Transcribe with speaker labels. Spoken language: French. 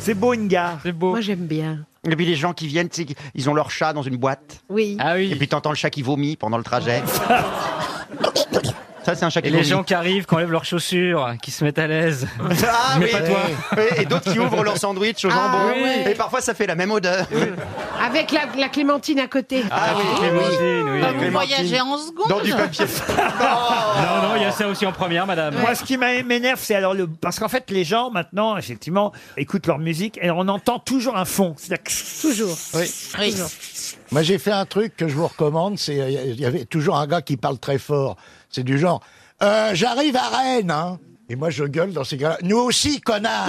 Speaker 1: C'est beau, Inga.
Speaker 2: C'est beau.
Speaker 3: Moi, j'aime bien.
Speaker 4: Et puis les gens qui viennent, c'est qu'ils- ils ont leur chat dans une boîte.
Speaker 3: Oui.
Speaker 2: Ah
Speaker 4: Et
Speaker 2: oui.
Speaker 4: puis t'entends le chat qui vomit pendant le trajet. Ça, c'est un chat qui
Speaker 2: Et les
Speaker 4: vomit.
Speaker 2: gens qui arrivent, qui enlèvent leurs chaussures, qui se mettent à l'aise.
Speaker 4: Ah
Speaker 2: Mais
Speaker 4: oui.
Speaker 2: pas toi.
Speaker 4: Oui, Et d'autres qui ouvrent leur sandwich au jambon.
Speaker 3: Ah oui.
Speaker 4: Et parfois, ça fait la même odeur.
Speaker 3: Avec la, la clémentine à côté.
Speaker 4: Ah oui, Clémentine.
Speaker 2: Clémentine, oui,
Speaker 4: Ah,
Speaker 2: oui.
Speaker 4: Clémentine.
Speaker 5: Voyager en seconde.
Speaker 4: Dans du papier.
Speaker 2: Non, non, il y a ça aussi en première, madame.
Speaker 1: Moi, ce qui m'a- m'énerve, c'est alors le. Parce qu'en fait, les gens, maintenant, effectivement, écoutent leur musique et on entend toujours un fond. C'est-à-dire que-
Speaker 3: Toujours.
Speaker 5: Oui.
Speaker 6: Moi, j'ai fait un truc que je vous recommande. C'est il y avait toujours un gars qui parle très fort. C'est du genre, Euh, j'arrive à Rennes. hein. Et moi, je gueule dans ces gars-là. Nous aussi, connard.